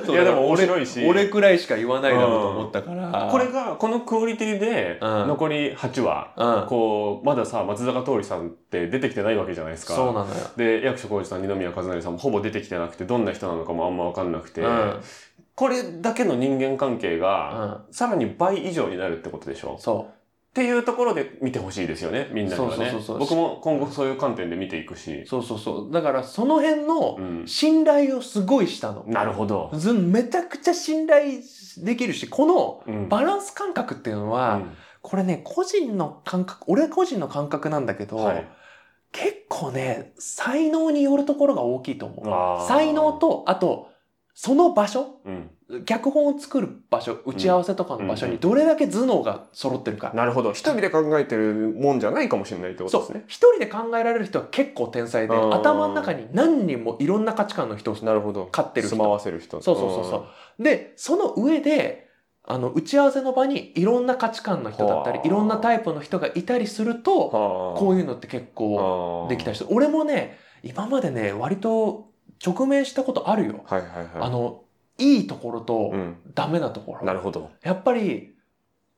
Speaker 3: そう
Speaker 2: いやでも面白いし
Speaker 3: 俺くらいしか言わないだろうと思ったから。
Speaker 2: これがこのクオリティで
Speaker 3: うん
Speaker 2: 残り8話、
Speaker 3: うん
Speaker 2: こうまださ松坂桃李さんって出てきてないわけじゃないですか。
Speaker 3: そうなのよ。
Speaker 2: で役所広司さん二宮和也さんもほぼ出てきてなくてどんな人なのかもあんま分かんなくて、
Speaker 3: うん
Speaker 2: これだけの人間関係が、
Speaker 3: うん。
Speaker 2: さらに倍以上になるってことでしょっ
Speaker 3: そう。
Speaker 2: ていうところで見てほしいですよね、みんなには
Speaker 3: そう
Speaker 2: ね
Speaker 3: そうそうそ。う
Speaker 2: 僕も今後そういう観点で見ていくし。
Speaker 3: そうそうそう。だからその辺の
Speaker 2: うん。
Speaker 3: 信頼をすごいしたの。
Speaker 2: なるほど。
Speaker 3: ずめちゃくちゃ信頼できるし、この
Speaker 2: うん。
Speaker 3: バランス感覚っていうのは、これね、個人の感覚、俺個人の感覚なんだけ
Speaker 2: う
Speaker 3: ど、
Speaker 2: んはい
Speaker 3: 結構ね、才能によるところが大きいと思
Speaker 2: あー
Speaker 3: う。才能と、あと、その場所、
Speaker 2: うん
Speaker 3: 脚本を作る場所、打ち合わせとかの場所
Speaker 2: うんう
Speaker 3: に
Speaker 2: ん
Speaker 3: どれだけ頭脳が揃ってるか。
Speaker 2: なるほど。一人で考えてるもんじゃないかもしれないってこと
Speaker 3: そ
Speaker 2: です
Speaker 3: う
Speaker 2: ね。
Speaker 3: 一人で考えられる人は結構天才で
Speaker 2: うん
Speaker 3: 頭の中に何人もいろんな価値観の人を
Speaker 2: なるほど。
Speaker 3: 飼ってる人
Speaker 2: 住まわせる人。
Speaker 3: そうそうそうそう。で、その上で、あの、打ち合わせの場にいろんな価値観の人だったり
Speaker 2: は、あ
Speaker 3: いろんなタイプの人がいたりすると、こういうのって結構
Speaker 2: こ
Speaker 3: できた人。俺もね、今までね、割と直面したことあるよ。
Speaker 2: はいはいはい。
Speaker 3: あの、いいところと
Speaker 2: うん。
Speaker 3: ダメなところ。
Speaker 2: なるほど。
Speaker 3: やっぱり、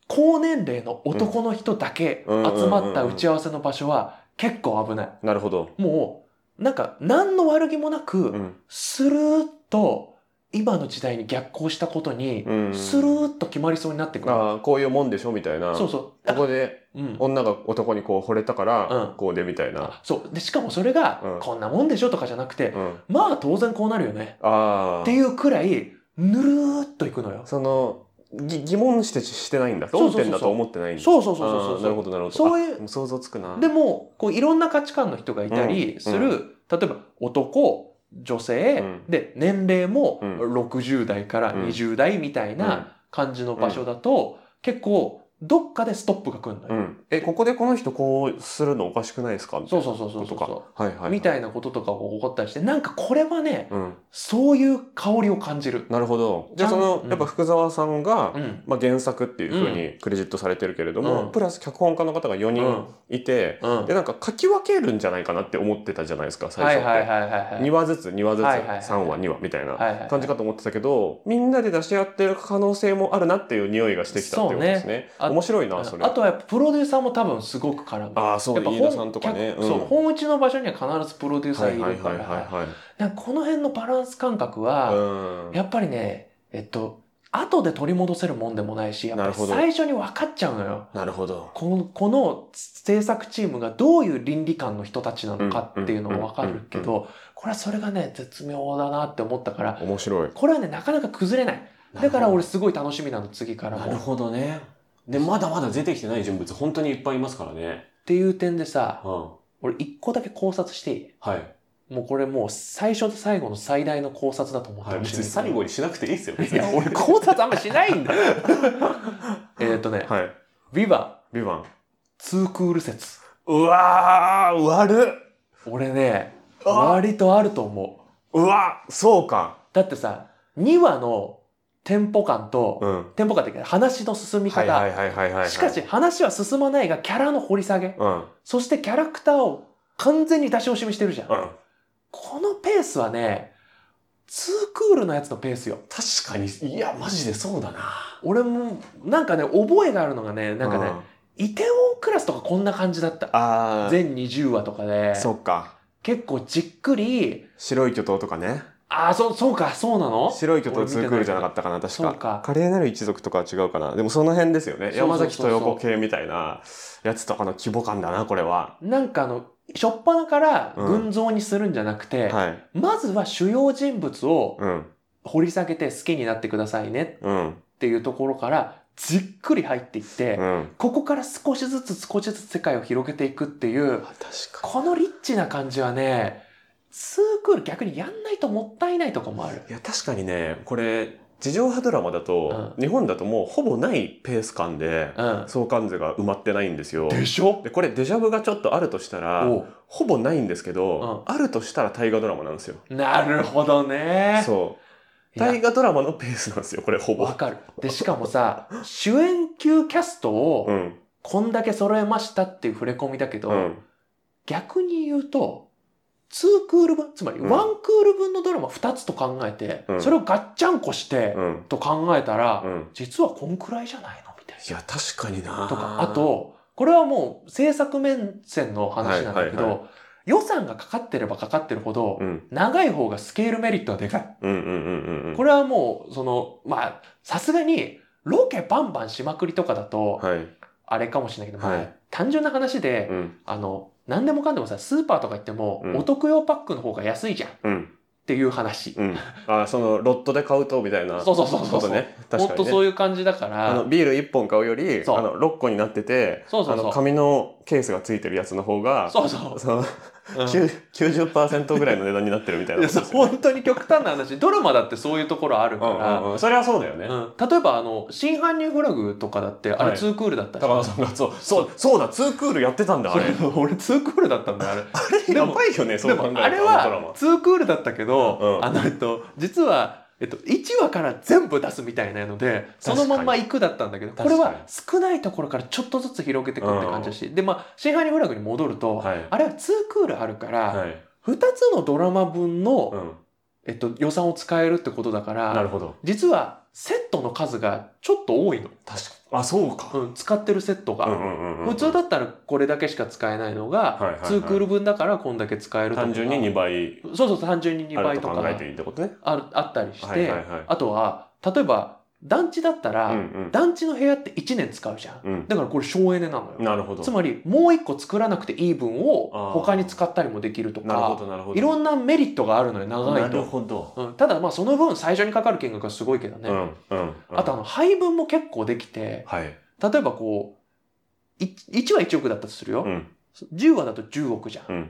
Speaker 3: 高年齢の男の人だけ
Speaker 2: うん
Speaker 3: 集まった打ち合わせの場所は結構危ない。
Speaker 2: なるほど。
Speaker 3: もう、なんか、何の悪気もなく、
Speaker 2: うん。
Speaker 3: スルーッと今の時代に逆行したことに
Speaker 2: うん
Speaker 3: スルーッと決まりそうになってくる、
Speaker 2: ああ、こういうもんでしょみたいな。
Speaker 3: そう
Speaker 2: こ
Speaker 3: そうあ
Speaker 2: こで
Speaker 3: うん
Speaker 2: 女が男にこう惚れたから
Speaker 3: う、ん
Speaker 2: こうでみたいな。
Speaker 3: そうでしかもそれが、
Speaker 2: うん
Speaker 3: こんなもんでしょとかじゃなくて、
Speaker 2: うん。
Speaker 3: まあ当然こうなるよね
Speaker 2: ああ。
Speaker 3: っていうくらいぬるーっといくのよ
Speaker 2: そのぎ疑問視してしてないんだ
Speaker 3: そう
Speaker 2: 論
Speaker 3: そうそうそ
Speaker 2: 点
Speaker 3: う
Speaker 2: だと思ってないんだ
Speaker 3: そうそうそうそう
Speaker 2: あー
Speaker 3: そ
Speaker 2: なる
Speaker 3: う
Speaker 2: ほどなるほど
Speaker 3: そういう
Speaker 2: あも想像つくな
Speaker 3: でもこういろんな価値観の人がいたりする、
Speaker 2: う
Speaker 3: 例えば男女性、
Speaker 2: うん
Speaker 3: で年齢も
Speaker 2: うん
Speaker 3: 60代から20代みたい
Speaker 2: うん
Speaker 3: な感じの場所だと、結構どっかでストップが来るのよ、
Speaker 2: うん、えここでこの人こうするのおかしくないですかみたい
Speaker 3: そう
Speaker 2: な
Speaker 3: そうそうそうそう
Speaker 2: こと
Speaker 3: そ
Speaker 2: かはいは
Speaker 3: う
Speaker 2: い
Speaker 3: みたいなこととかが起こったりしてなんかこれはね
Speaker 2: うん、
Speaker 3: そういう香りを感じる、
Speaker 2: なるほどじゃあその、
Speaker 3: うん
Speaker 2: やっぱ福沢さんが、
Speaker 3: うん
Speaker 2: まあ、原作っていうふうにクレジットされてるけれども、
Speaker 3: うん
Speaker 2: プラス脚本家の方が4
Speaker 3: う
Speaker 2: 人
Speaker 3: ん
Speaker 2: いて、
Speaker 3: うん、
Speaker 2: でなんか書き分けるんじゃないかなって思ってたじゃないですか最
Speaker 3: は
Speaker 2: 初
Speaker 3: い
Speaker 2: って、
Speaker 3: はいはいはいはい
Speaker 2: 2話ずつ2話ずつ、
Speaker 3: はいはいはい
Speaker 2: 3話2話みたいな
Speaker 3: はいはい
Speaker 2: 感じかと思ってたけどみんなで出し合ってる可能性もあるなっていう匂いがしてきたっていうことですね。
Speaker 3: そうね
Speaker 2: 面白いなそれ
Speaker 3: あとはやっぱプロデューサーも多分すごく絡む。
Speaker 2: ああそう
Speaker 3: やっぱ
Speaker 2: 飯田さんとかね
Speaker 3: 客そう、
Speaker 2: ん
Speaker 3: 本打ちの場所には必ずプロデューサ
Speaker 2: は
Speaker 3: ー
Speaker 2: い
Speaker 3: い
Speaker 2: はい
Speaker 3: るか
Speaker 2: はい
Speaker 3: ら、
Speaker 2: はい
Speaker 3: なんかこの辺のバランス感覚
Speaker 2: はい
Speaker 3: は、
Speaker 2: うん
Speaker 3: やっぱりね、えっと、後で取り戻せるもんでもないし、やっぱ
Speaker 2: な
Speaker 3: り
Speaker 2: るほど
Speaker 3: 最初に分かっちゃうのよ。
Speaker 2: なるほど
Speaker 3: このこの制作チームがどういう倫理観の人たちなのかっていうのも分かるけど、これはそれがね、絶妙だなって思ったから、
Speaker 2: 面白い
Speaker 3: これはね、なかなか崩れない。だから俺すごい楽しみなの、次から
Speaker 2: な
Speaker 3: も。
Speaker 2: る
Speaker 3: っ
Speaker 2: ほどねでまだまだ出てきてない人物本当にいっぱいいますからね
Speaker 3: ていう点でさ、
Speaker 2: うん
Speaker 3: 俺一個だけ考察していい
Speaker 2: はい、
Speaker 3: もうこれもう最初と最後の最大の考察だと思って
Speaker 2: はい、
Speaker 3: ほしい
Speaker 2: 別に最後にしなくていいですよ別に
Speaker 3: いや、俺考察あんましな いんだよ。えっとね、
Speaker 2: はい
Speaker 3: ビバ、
Speaker 2: ビバン
Speaker 3: ツークール説。
Speaker 2: うわー悪っ
Speaker 3: 俺ね、
Speaker 2: あー
Speaker 3: 割とあると思う。
Speaker 2: うわそうか
Speaker 3: だってさ、2話のテンポ感と、
Speaker 2: うん
Speaker 3: テンポ感っていうか話の進み方、
Speaker 2: はいはいはいはいはいはい
Speaker 3: しかし話は進まないがキャラの掘り下げ、
Speaker 2: うんうん
Speaker 3: そしてキャラクターを完全に出し惜しみしてるじゃん。このペースはね、ツークールのやつのペースよ。
Speaker 2: 確かにいやマジでそうだな
Speaker 3: 俺も、なんかね、覚えがあるのがね、なんかね、
Speaker 2: う
Speaker 3: イテウォンクラスとかこんな感じだった。
Speaker 2: あー
Speaker 3: 全20話とかで、
Speaker 2: そっか
Speaker 3: 結構じっくり、
Speaker 2: 白い巨頭とかね
Speaker 3: ああ、そう、そうか、そうなの
Speaker 2: 白い巨頭ツークールじゃなかったかな確
Speaker 3: そう
Speaker 2: か
Speaker 3: か
Speaker 2: 華麗なる一族とかは違うかなでもその辺ですよね
Speaker 3: そうそうそうそう
Speaker 2: 山崎豊子系みたいなやつとかの規模感だなこれは
Speaker 3: なんかあの、しょっぱなから
Speaker 2: うん
Speaker 3: 群像にするんじゃなくて、
Speaker 2: はい
Speaker 3: まずは主要人物を
Speaker 2: うん
Speaker 3: 掘り下げて好きになってくださいね
Speaker 2: うん
Speaker 3: っていうところから、じっくり入っていって、
Speaker 2: うん
Speaker 3: ここから少しずつ少しずつ世界を広げていくっていう、
Speaker 2: 確か
Speaker 3: このリッチな感じはね、ツークール逆にやんないともったいないとかもある。
Speaker 2: いや確かにねこれ地上波ドラマだと、
Speaker 3: う
Speaker 2: 日本だともうほぼないペース感で、
Speaker 3: うん。
Speaker 2: 相関図が埋まってないんですよ
Speaker 3: でしょ
Speaker 2: でこれデジャブがちょっとあるとしたら
Speaker 3: お
Speaker 2: ほぼないんですけど、あるとしたら大河ドラマなんですよ、
Speaker 3: なるほどね。
Speaker 2: そう
Speaker 3: いや
Speaker 2: 大河ドラマのペースなんですよこれほぼ
Speaker 3: わかる。で、しかもさ、主演級キャスト
Speaker 2: う
Speaker 3: を
Speaker 2: ん
Speaker 3: こんだけ揃えましたっていう触れ込みだけど、
Speaker 2: うん
Speaker 3: 逆に言うと、2クール分、つまり
Speaker 2: うん
Speaker 3: 1クール分のドラマ2つと考えて、
Speaker 2: うん
Speaker 3: それをガッチャンコして、
Speaker 2: うん
Speaker 3: と考えたら、
Speaker 2: うん
Speaker 3: 実はこんくらいじゃないのみたい
Speaker 2: いや確かにな
Speaker 3: な。とか、あと、これはもう制作面線の話なんだけど、
Speaker 2: はいはい
Speaker 3: 予算がかかってればかかってるほど、
Speaker 2: うん
Speaker 3: 長い方がスケールメリットはでかい。
Speaker 2: うんうんうんうんうん
Speaker 3: これはもう、その、まあ、さすがに、ロケバンバンしまくりとかだと、
Speaker 2: はい
Speaker 3: あれかもしれないけど、まあ
Speaker 2: はい
Speaker 3: 単純な話で、
Speaker 2: うん
Speaker 3: あの、何でもかんでもさ、スーパーとか行っても、
Speaker 2: うん
Speaker 3: お得用パックの方が安いじゃんっ
Speaker 2: うん
Speaker 3: ていう話。
Speaker 2: うん あそのロットで買うとみたいな
Speaker 3: そうそうそうそう
Speaker 2: ことね
Speaker 3: ほ
Speaker 2: 確
Speaker 3: ん
Speaker 2: か
Speaker 3: と
Speaker 2: に
Speaker 3: そ
Speaker 2: ね
Speaker 3: ういう感じだか
Speaker 2: あの
Speaker 3: ら、
Speaker 2: ビール1本買うより
Speaker 3: そう
Speaker 2: あの6個になってて
Speaker 3: そうそう
Speaker 2: あ
Speaker 3: そう
Speaker 2: の紙のケースがついてるやつの方が
Speaker 3: そうそう。
Speaker 2: その
Speaker 3: うん
Speaker 2: きゅう90%ぐらいの値段になってるみたい
Speaker 3: い
Speaker 2: な
Speaker 3: や
Speaker 2: こと
Speaker 3: そう
Speaker 2: ですよね
Speaker 3: 本当に極端な話、ドラマだってそういうところあるか
Speaker 2: うん
Speaker 3: ら、
Speaker 2: うんうんそれはそうだよね
Speaker 3: うん例えば、あの、新搬入フラグとかだって、あ
Speaker 2: は
Speaker 3: れ
Speaker 2: い
Speaker 3: ツークールだったじゃん
Speaker 2: 高田さんがそうそうそうだツークールやってたんだあ
Speaker 3: そ
Speaker 2: れ
Speaker 3: れ俺ツークールだったんだよ、あれ。
Speaker 2: あれやばいよねそ
Speaker 3: で
Speaker 2: う考え
Speaker 3: も
Speaker 2: たら
Speaker 3: あれ
Speaker 2: のドラマ
Speaker 3: はツークールだったけど、
Speaker 2: うん
Speaker 3: あのえっと実は、えっと、1話から全部出すみたいなのでそのまんま行くだったんだけどこ
Speaker 2: 確
Speaker 3: れ
Speaker 2: かに
Speaker 3: は少ないところからちょっとずつ広げていくって感じだし、でまあ「真犯人フラグ」に戻ると、
Speaker 2: はい
Speaker 3: あれはツークールあるから、
Speaker 2: はい
Speaker 3: 2つのドラマ分の、
Speaker 2: うん
Speaker 3: えっと、予算を使えるってことだか
Speaker 2: な
Speaker 3: ら
Speaker 2: るほど
Speaker 3: 実はセットの数がちょっと多いの、
Speaker 2: 確かあそうか
Speaker 3: うん、使ってるセットが。普
Speaker 2: 普
Speaker 3: 通だったらこれだけしか使えないの
Speaker 2: は
Speaker 3: が、
Speaker 2: いはいはい
Speaker 3: ツークール分だからこんだけ使えるとか
Speaker 2: 単純に2倍
Speaker 3: そうそうそう単純に2
Speaker 2: あ
Speaker 3: 倍
Speaker 2: る
Speaker 3: と
Speaker 2: と
Speaker 3: か
Speaker 2: 考えていいってことね。
Speaker 3: あるあったりして、
Speaker 2: はいはいはい
Speaker 3: あとは例えば団地だったら、
Speaker 2: うん
Speaker 3: 団地の部屋って1年使うじゃん、
Speaker 2: うん
Speaker 3: だからこれ省エネなの
Speaker 2: う
Speaker 3: よ
Speaker 2: ん。なるほど。
Speaker 3: つまりもう1個作らなくていい分を
Speaker 2: あー
Speaker 3: 他に使ったりもできると
Speaker 2: なるほ
Speaker 3: か
Speaker 2: どなるほど。
Speaker 3: いろんなメリットがあるのよ長
Speaker 2: ないる
Speaker 3: と、
Speaker 2: ほど。
Speaker 3: うん、ただまあその分最初にかかる金額はすごいけどね、
Speaker 2: うんうん。
Speaker 3: あとあの配分も結構できて
Speaker 2: はい。
Speaker 3: 例えばこう 1, 1話1億だったとするよ、
Speaker 2: うん
Speaker 3: 10話だと10億じゃん
Speaker 2: うん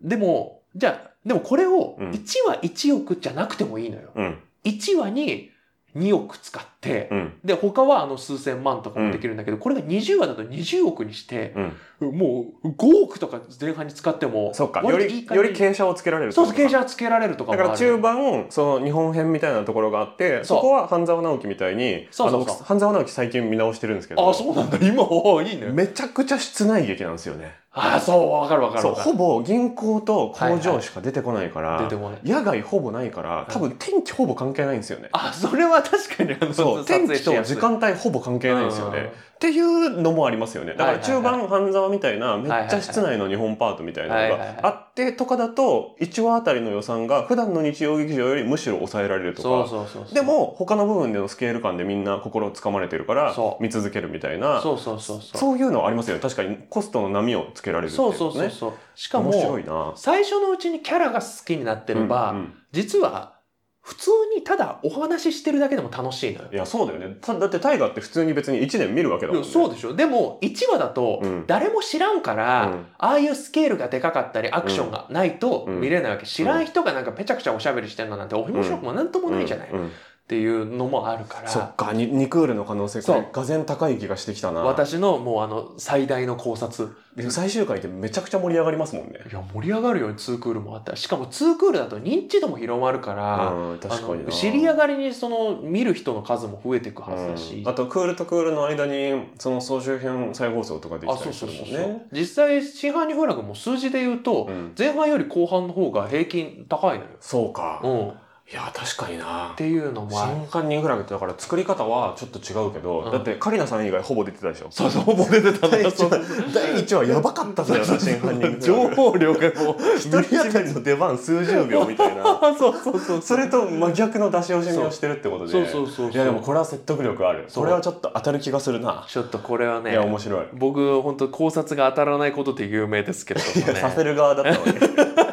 Speaker 3: でもじゃあでもこれを
Speaker 2: うん
Speaker 3: 1話1億じゃなくてもいいのよ、
Speaker 2: うん
Speaker 3: 1話に2億使って、
Speaker 2: うん
Speaker 3: で、他はあの数千万とかもできるんだけど、これが20話だと20億にして、
Speaker 2: うん。
Speaker 3: もう5億とか前半に使っても、
Speaker 2: そっか。よ
Speaker 3: 割とい
Speaker 2: り
Speaker 3: い感じ
Speaker 2: より傾斜をつけられる。
Speaker 3: そうそう、傾。斜つけられるとか
Speaker 2: だ
Speaker 3: も
Speaker 2: か
Speaker 3: ある。
Speaker 2: ら中盤その日本編みたいなところがあって
Speaker 3: そ
Speaker 2: そ
Speaker 3: う
Speaker 2: こは半沢直樹みたいに
Speaker 3: そうそうそう
Speaker 2: あの僕半沢直樹最近見直してるんですけど
Speaker 3: あ、そうなんだ。今、おーいいね。
Speaker 2: めちゃくちゃ室内劇なんですよね
Speaker 3: ああ、そう、わかるわかる
Speaker 2: そう
Speaker 3: わかる
Speaker 2: ほ。ぼ銀行と工場しか出てこないから、
Speaker 3: 出てこない。
Speaker 2: 野外ほぼないから多分天気ほぼ関係ないんですよね。
Speaker 3: あ、それは確かに、あの、
Speaker 2: そう
Speaker 3: 撮影
Speaker 2: 天
Speaker 3: しや
Speaker 2: 気
Speaker 3: すい
Speaker 2: と時間帯ほぼ関係ないんですよ
Speaker 3: うん
Speaker 2: ね。っていうのもありますよね。だから中
Speaker 3: はい
Speaker 2: 盤半沢みたいなめっ
Speaker 3: はいはい
Speaker 2: ちゃ室内の日本パートみたいなの
Speaker 3: はいはいはい
Speaker 2: があってとかだと1話あたりの予算が普段の日曜劇場よりむしろ抑えられると
Speaker 3: そう
Speaker 2: か。
Speaker 3: そうそうそう。
Speaker 2: で、も他の部分でのスケール感でみんな心をつかまれてるから
Speaker 3: そう
Speaker 2: 見続けるみたいな
Speaker 3: そうそうそうそう。
Speaker 2: そういうのはありますよね確かにコストの波をつけられるっていう
Speaker 3: そ
Speaker 2: の
Speaker 3: う
Speaker 2: ね
Speaker 3: そうそうそう。しか
Speaker 2: 面白
Speaker 3: も
Speaker 2: い、な
Speaker 3: 最初のうちにキャラが好きになってれば、
Speaker 2: うんうん
Speaker 3: 実は、普通にただお話ししてるだけでも楽しいのよ。
Speaker 2: いやそうだよねただって大河って普通に別に1年見るわけだもん
Speaker 3: い
Speaker 2: ね
Speaker 3: やそうでしょ。でも、1話だと
Speaker 2: うん、
Speaker 3: 誰も知らんから、ああいうスケールがでかかったりアクションがないと
Speaker 2: うん
Speaker 3: 見れないわけ、知らん人がなんかぺちゃくちゃおしゃべりしてるのなんて面白くもなんとも
Speaker 2: うん
Speaker 3: ないじゃない、
Speaker 2: うんうん
Speaker 3: っていうのもあるから、
Speaker 2: そっかにニクールの可能性こ
Speaker 3: そう
Speaker 2: れがぜ高い気がしてきたな
Speaker 3: 私のもうあの最大の考察
Speaker 2: で最終回ってめちゃくちゃ盛り上がりますもんね
Speaker 3: いや盛り上がるようにツークールもあったしかもツークールだと認知度も広まるから、
Speaker 2: うん確かに
Speaker 3: あ
Speaker 2: な
Speaker 3: の知り上がりにその見る人の数も増えていくはずだし、
Speaker 2: うんあとクールとクールの間にその総集編再放送とかで
Speaker 3: あ
Speaker 2: きた
Speaker 3: そう
Speaker 2: りす
Speaker 3: そう
Speaker 2: るも
Speaker 3: そうんそう、
Speaker 2: ね
Speaker 3: 実際真犯人フラグも数字で言うと、
Speaker 2: うん
Speaker 3: 前半より後半の方が平均高いのよ、
Speaker 2: そうか
Speaker 3: うん、っ
Speaker 2: いや確かにな
Speaker 3: ていうのもある
Speaker 2: 新刊人フラグってだから作り方はちょっと違うけど、
Speaker 3: うん
Speaker 2: だってカリナさん以外ほぼ出てたでしょ
Speaker 3: そうそう、ほぼ出てたんだ
Speaker 2: 第
Speaker 3: よ。
Speaker 2: 1話第1話やばかったぜ新刊人フラ
Speaker 3: 情
Speaker 2: グ
Speaker 3: 報 量がもう、
Speaker 2: 一人当たりの出番数十秒みたいな
Speaker 3: あそうそうそ う。
Speaker 2: それと真逆の出し惜しみをしてるってことで
Speaker 3: そうそうそう。
Speaker 2: いやでもこれは説得力ある
Speaker 3: そう
Speaker 2: これはちょっと当たる気がするな、
Speaker 3: ちょっとこれはいね
Speaker 2: や、面白い、
Speaker 3: 僕、本当考察が当たらないことって有名ですけれども
Speaker 2: いやさせ
Speaker 3: ね。
Speaker 2: る側だったわけ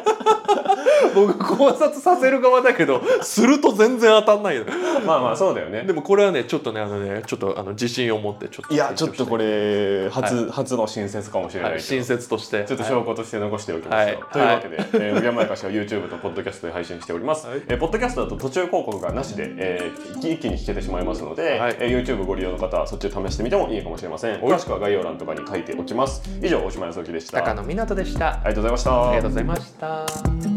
Speaker 3: 僕、考察させる側だけど、すると全然当たんないよ。
Speaker 2: まあまあそうだよね
Speaker 3: でもこれはね、ちょっとね、あのね、ちょっとあの自信を持って、ちょっと。
Speaker 2: いやちょっとこれ初,、初の新説かもしれない
Speaker 3: は
Speaker 2: け
Speaker 3: い、
Speaker 2: ど
Speaker 3: 新説として。
Speaker 2: ちょっと
Speaker 3: はい
Speaker 2: 証拠として残しておきました。
Speaker 3: はい
Speaker 2: というわけで、えー、無限前歌詞は YouTube と Podcast で配信しております。えー、Podcast だと途中広告がなしで、えー一気に聞けてしまいますので、
Speaker 3: はい
Speaker 2: えー YouTube ご利用の方はそっちで試してみてもいいかもしれません。詳しくは概要欄とかに書いておきます。以上、おしまいのそきでした。あ
Speaker 3: 高
Speaker 2: り
Speaker 3: 野湊斗でした。あ
Speaker 2: がとうございました
Speaker 3: りがとうございました。